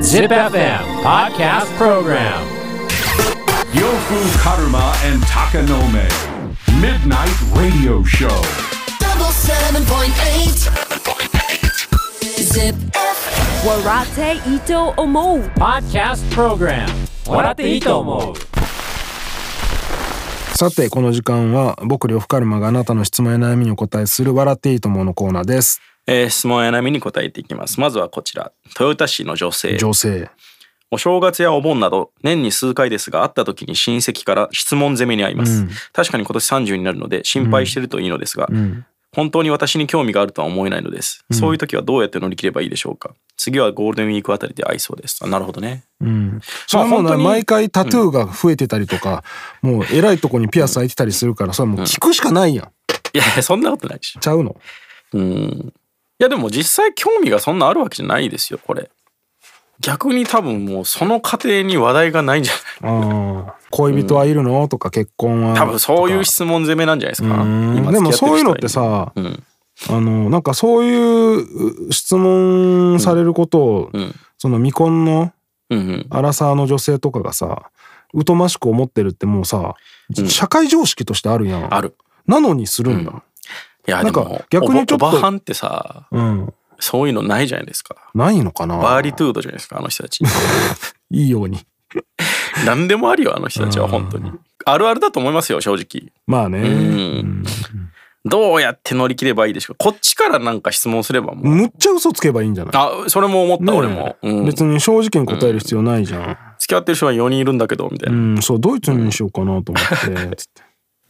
Zip FM Podcast Program Yofu Karuma and Takanome. Midnight Radio Show. double seven point eight. Zip. Warate Ito Omo. Podcast Program 笑っていいと思うさてこの時間は僕呂布カルマがあなたの質問や悩みにお答えする「笑っていいと思う」のコーナーですえー質問や悩みに答えていきます。まずはこちら。豊田市の女性。女性お正月やお盆など、年に数回ですが、会った時に親戚から質問攻めに遭います。確かに今年30になるので、心配してるといいのですが、本当に私に興味があるとは思えないのです。そういう時はどうやって乗り切ればいいでしょうか。次はゴールデンウィークあたりで会いそうです。あなるほどね。それはもうまあ本当なに毎回タトゥーが増えてたりとか、もうえらいとこにピアス開いてたりするからそれはもう聞くしかないやん、いやいや、そんなことないし。ちゃうのうん。いや、でも実際興味がそんなあるわけじゃないですよ、これ。逆に多分もうその過程に話題がないんじゃないあー恋人はいるのとか結婚は多分そういうと質問攻めなんじゃないですか。かうん今で付き合もる人そういうのってに、さ、うんあのなんかそういうう質問されることを、うんその未婚のうんうん、アラサーの女性とかがさ疎ましく思ってるってもうさ、ん社会常識としてあるやんある。なのにするんだいやなでんかも逆にちょっとおばはんってさうん、そういうのないじゃないですか。ないのかなバーリトゥードじゃないですかあの人た ち。いいように何でもあるよあの人たちは本当に。あるあるだと思いますよ正直。まあね、うん。どうやって乗り切ればいいでしょうか。こっちからなんか質問すればもう。むっちゃ嘘つけばいいんじゃないあそれも思った、ねえ俺も、うん。別付に正直に答える必要ないじゃん、き合ってる人は4人いるんだけどみたいうな。んそうドイツにしようかなと思 ってつって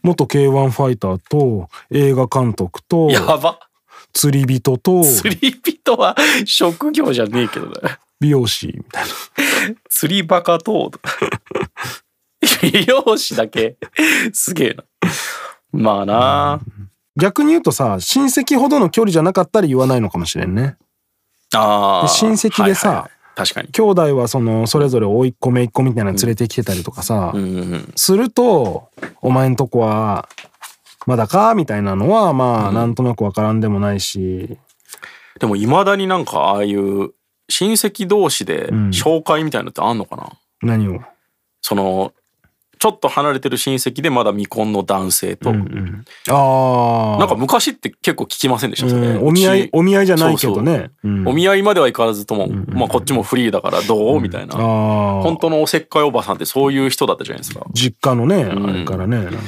元 k 1ファイターと映画監督とやば釣り人と釣り人は職業じゃねえけどな。美容師みたいな釣りバカと美 容師だけすげえなまあな逆に言うとさ親戚ほどの距離じゃなかったら言わないのかもしれんねあーで親戚でさはいはい確かに兄弟はそのそれぞれ甥っ子姪っ子みたいなの連れてきてたりとかさ、うんうんうんすると「お前んとこはまだか?」みたいなのはまあなんとなくわからんでもないし、でもいまだになんかああいう親戚同士で紹介みたいなのってあんのかな、何を、そのちょっと離れてる親戚でまだ未婚の男性と、ああなんか昔って結構聞きませんでしたそれ、うんお見合いうちお見合いじゃないけどねそうそううんお見合いまではいかずとも、まあ、こっちもフリーだからどう、みたいなあ本あ当のおせっかいおばさんってそういう人だったじゃないですか、実家のね、あれからねなんか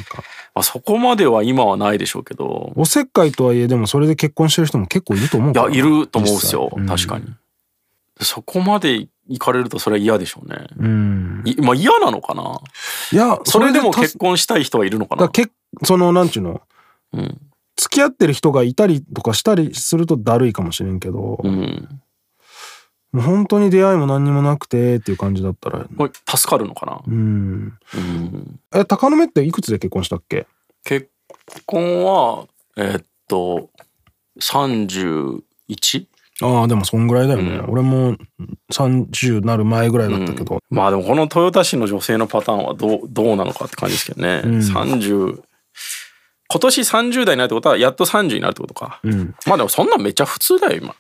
まあ、そこまでは今はないでしょうけどおせっかいとはいえでもそれで結婚してる人も結構いると思ういからやいると思うんですよ実際確かに、そこまで行かれるとそれは嫌でしょうねうんいまあ嫌なのかないやそれでも結構婚したい人はいるのかだかならけそのなんちゅうのうん、付き合ってる人がいたりとかしたりするとだるいかもしれんけど、うん、もう本当に出会いも何にもなくてっていう感じだったらこれ助かるのかなう、んうん、え高野目っていくつで結婚したっけ結婚はえーっと 31? ああでもそんぐらいだよね、俺も30なる前ぐらいだったけど、まあでもこの豊田市の女性のパターンはどうどうなのかって感じですけどね、30今年30代になるってことはやっと30になるってことか、まあでもそんなんめっちゃ普通だよ今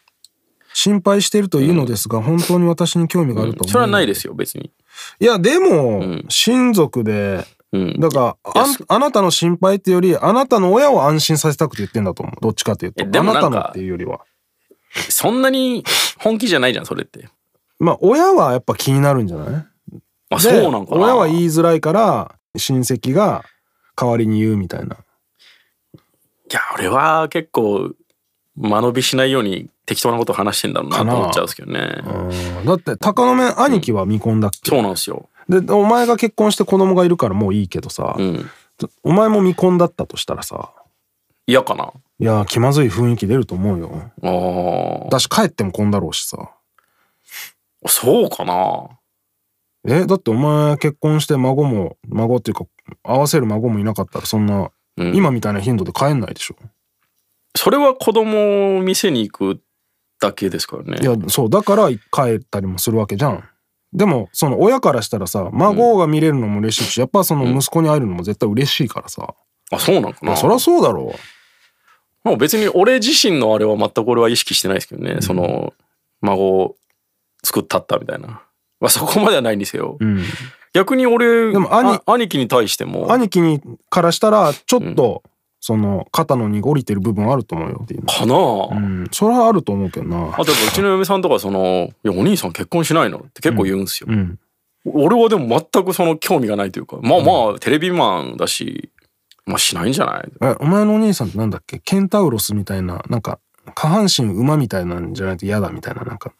心配してるというのですが、本当に私に興味があると思う、それはないですよ別にいやでも、ん親族でうんだからあんあなたの心配っていうよりあなたの親を安心させたくて言ってんだと思うどっちかというとえでもあななんかたのっていうよりはそんなに本気じゃないじゃんそれってまあ親はやっぱ気になるんじゃないあでそうなんかな親は言いづらいから親戚が代わりに言うみたいな。いや俺は結構間延びしないように適当なこと話してんだろうなとかな思っちゃうんですけどねうんだって鷹の面兄貴は未婚だっけ、そうなんですよでお前が結婚して子供がいるからもういいけどさ、うんお前も未婚だったとしたらさ嫌かないやー気まずい雰囲気出ると思うよ。あーだし帰ってもこんだろうしさ。そうかなえだってお前結婚して孫も孫っていうか合わせる孫もいなかったらそんな、うん今みたいな頻度で帰んないでしょ。それは子供を店に行くだけですからねいやそうだから帰ったりもするわけじゃんでもその親からしたらさ孫が見れるのも嬉しいし、やっぱその息子に会えるのも絶対嬉しいからさ、あそうなんかまあなそりゃそうだろまあ別に俺自身のあれは全く俺は意識してないですけどね、その孫を作ったったみたいな。まあそこまではないにせよ。うん、逆に俺、でも兄あ兄貴に対しても、兄貴にからしたらちょっと、その肩の荷が下りてる部分あると思うよっていうのかなあ、うん、それはあると思うけどなあとやっぱうちの嫁さんとかその「いやお兄さん結婚しないの?」って結構言うんですよ、うん俺はでも全くその興味がないというかまあまあテレビマンだしまあしないんじゃないえお前のお兄さんってなんだっけケンタウロスみたいななんか下半身馬みたいなんじゃないと嫌だみたいななんか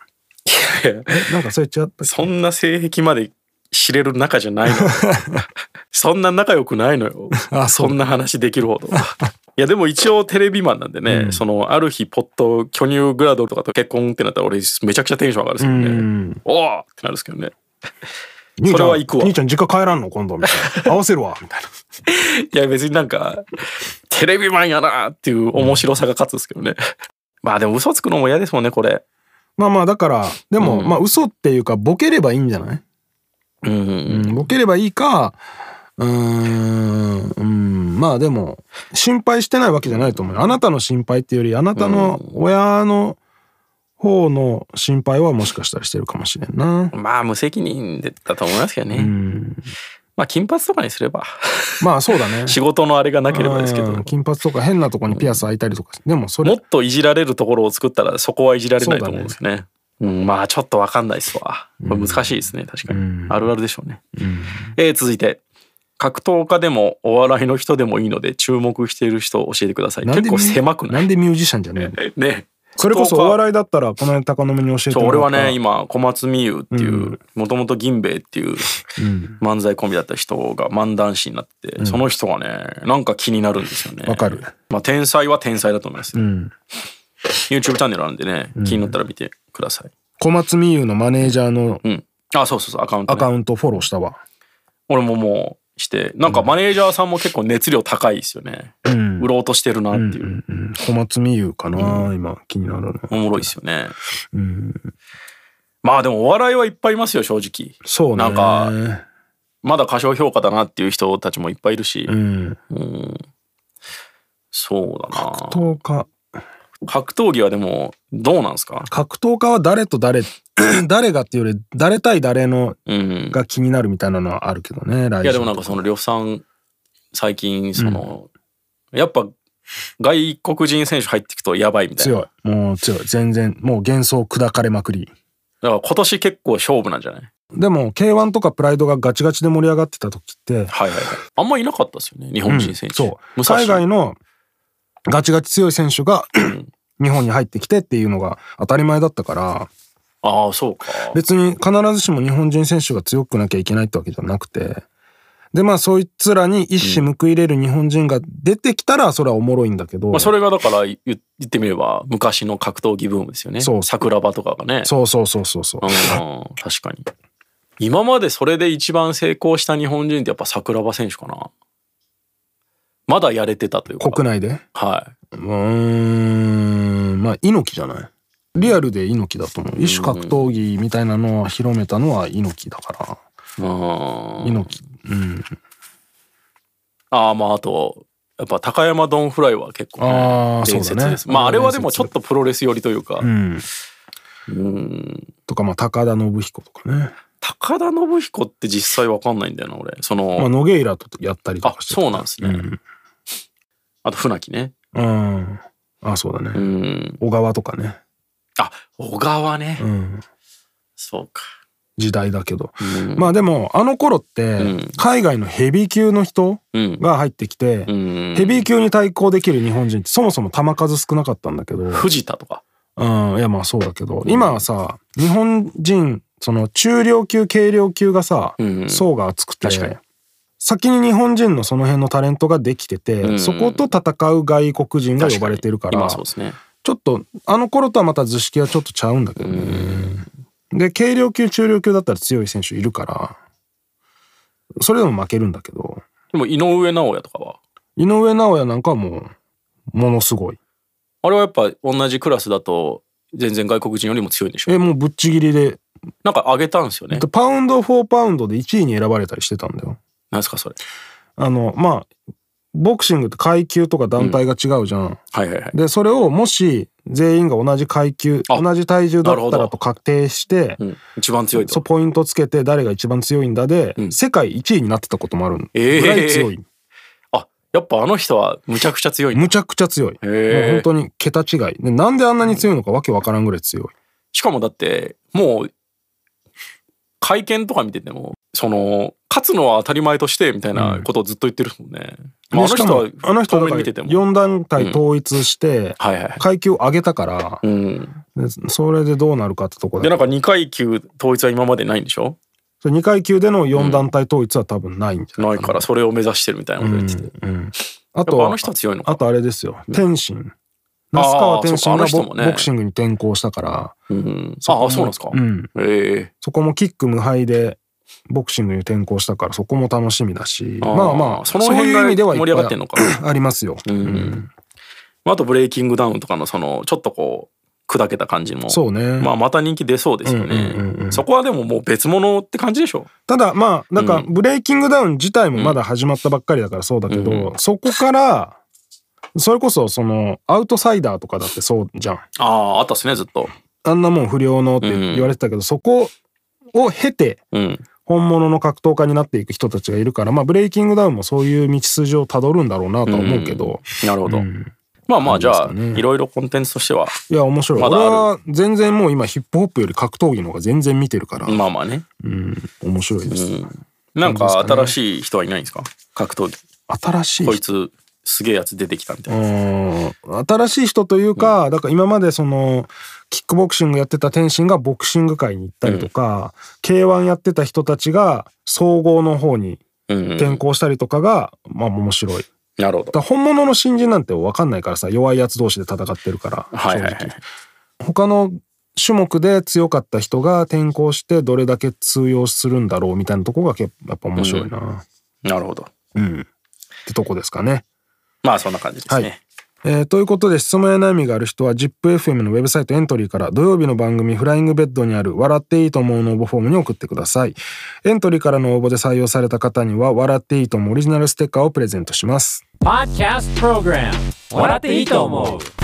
いやいやなんかそれ違ったそんな性癖まで知れる仲じ ゃないのそんな仲良くないのよあそんな話できるほどいやでも一応テレビマンなんでね、そのある日ポッと巨乳グラドルとかと結婚ってなったら俺めちゃくちゃテンション上がるんでうすけどね、んおおってなるんですけどね兄ちゃんそれは行くわ兄ちゃん実家帰らんの今度みたいな合わせるわみたい ないや別になんかテレビマンやなっていう面白さが勝つんですけどねまあでも嘘つくのも嫌ですもんねこれまあまあだからでも、まあ嘘っていうかボケればいいんじゃない、うんボケればいいかうーんうんまあでも心配してないわけじゃないと思うよあなたの心配っていうよりあなたの親の方の心配はもしかしたらしてるかもしれんな。まあ無責任だと思いますけどね、うん、まあ金髪とかにすればまあそうだね。仕事のあれがなければですけどうんも金髪とか変なとこにピアス開いたりとかでもそれっといじられるところを作ったらそこはいじられないと思うんですよねうん、まあちょっとわかんないっすわこれ難しいですね確かに、うんあるあるでしょうね、えー続いて格闘家でもお笑いの人でもいいので注目している人を教えてくださいなんで結構狭くなないんでミュージシャンじゃねえのねそれこそ格闘お家笑いだったらこの間高野目に教えてそうも俺らはったね今小松美優っていうもともと銀兵衛って いう漫才コンビだった人が漫談師になってて、その人がねなんか気になるんですよねわかるまあ天才は天才だと思います、ん YouTube チャンネルあるんでね気になったら見てください小松美優のマネージャーのうん、あそうそうそうアカウント、アねカ、ウントフォローしたわ。俺ももうしてなんかマネージャーさんも結構熱量高いですよね、売ろうとしてるなっていう、うん小松美優かな、今気になるの。おもろいですよね、まあでもお笑いはいっぱいいますよ正直そうね。なんかまだ過小評価だなっていう人たちもいっぱいいるし、うん。そうだな格闘家。格闘技はでもどうなんですか格闘家は誰と誰、 誰がっていうより、誰対誰のうんが気になるみたいなのはあるけどね、来いやでもなんかその呂布さん最近その、やっぱ外国人選手入ってくとやばいみたいな強い。もう強い。全然、もう幻想砕かれまくり。だから今年結構勝負なんじゃないでも、K1 とかプライドがガチガチで盛り上がってた時って、はいはいはいあんまいなかったですよね日本人選手、そう。武蔵海外のガチガチ強い選手が日本に入ってきてっていうのが当たり前だったから、ああそうか別に必ずしも日本人選手が強くなきゃいけないってわけじゃなくてでまあそいつらに一矢報いれる日本人が出てきたらそれはおもろいんだけど、まあ、それがだから言言ってみれば昔の格闘技ブームですよねそう桜庭とかがねそうそうそうそうそううん確かに今までそれで一番成功した日本人ってやっぱ桜庭選手かなまだやれてたというか国内ではうーんまあ猪木じゃないリアルで猪木だと思う一種格闘技みたいなのは広めたのは猪木だかいうんら猪木ああまああとやっぱ高山ドンフライは結構、ね、あー伝説そうだねですまああれはでもちょっとプロレス寄りというか、うんうんとかまあ高田信彦とかね、高田信彦って実際わかんないんだよな俺そまあ、の、ノゲイラとやったりとあかしてたそうなんですね、あと船木ねうんあそうだうねん小川とかねあ小川ね、うんそうか時代だけど、うんまあでもあの頃ってうん海外のヘビー級の人うんが入ってきて、うんヘビー級に対抗できる日本人ってそもそも球数少なかったんだけど、うん、藤田とかいやまあそうだけど今はさ日本人その中量級軽量級がさ、うん層が厚くて確かに先に日本人のその辺のタレントができてて、んそこと戦う外国人が呼ばれてるから今そうですねちょっとあの頃とはまた図式はちょっとちゃうんだけどね。で軽量級中量級だったら強い選手いるからそれでも負けるんだけどでも井上尚弥とかは井上尚弥なんかはもうものすごいあれはやっぱ同じクラスだと全然外国人よりも強いんでしょえもうぶっちぎりでなんか上げたんですよねでパウンド・フォー・パウンドで1位に選ばれたりしてたんだよなんですかそれあのまあボクシングって階級とか団体が違うじゃん。はいはいはい。で、それをもし全員が同じ階級、あ同じ体重だなるっほたらどと確定してう、ん、一番強いそうと。ポイントつけて誰が一番強いんだで、ん世界1位になってたこともあるぐええらい強い。あやっぱあの人はむちゃくちゃ強いんだむちゃくちゃ強い。もへえう本当に桁違い。でなんであんなに強いのかわけわからんぐらい強い。しかもだってもう会見とか見ててもその勝つのは当たり前としてみたいなことをずっと言ってるもんね。まあ、であのしか人もはあの人遠だか目にら見てても。 4団体統一してはいはい。階級を上げたから、うん、でそれでどうなるかってとこででなんか2階級統一は今までないんでしょ2階級での4団体統一は多分ないんじゃないないからそれを目指してるみたいなこと言ってて。やっあとぱあはの人は強いのあか。とあれですよ天心那須川天心がそうかあボの人もねボクシングに転向したから、うん、ああそうなんですか。うん、ええそこもキック無敗でボクシングに転向したからそこも楽しみだしあーまあまあその辺そういう意味ではが盛り上がってんのかいっぱいありますよ、うんあと「ブレイキングダウン」とかのそのちょっとこう砕けた感じもそうねまあ、また人気出そうですよね、うんうんうんうんそこはでももう別物って感じでしょただまあなんかうブレイキングダウン自体もまだ始まったばっかりだからそうだけど、うそこからそれこそそのアウトサイダーとかだってそうじゃんあああったっすねずっとあんなもん不良のって言われてたけど、そこを経てうん本物の格闘家になっていく人たちがいるからまあブレイキングダウンもそういう道筋をたどるんだろうなとは思うけど、なるほど、んまあまあじゃあ、感じですかねいろいろコンテンツとしてはいや面白い、まだあ俺るは全然もう今ヒップホップより格闘技の方が全然見てるから、まあまあね、うん、面白いです、うん、なんか新しい人はいないんですか格闘技新しいこ人いつすげえやつ出てきたみたいうな、ん新しい人というか、だから今までそのキックボクシングやってた天心がボクシング界に行ったりとか、K1 やってた人たちが総合の方にうん転向したりとかが、まあ面白い。だかなるほどら本物の新人なんて分かんないからさ弱いやつ同士で戦ってるから、はいはい正はい直他の種目で強かった人が転向してどれだけ通用するんだろうみたいなとこがけやっぱ面白いな、なるほどってとこですかね。まあそんな感じですね、はいえーということで質問や悩みがある人は ZIPFM のウェブサイトエントリーから土曜日の番組「フライングベッド」にある「笑っていいと思う」の応募フォームに送ってくださいエントリーからの応募で採用された方には「笑っていいと思う」オリジナルステッカーをプレゼントします Podcast Program 笑っていいと思う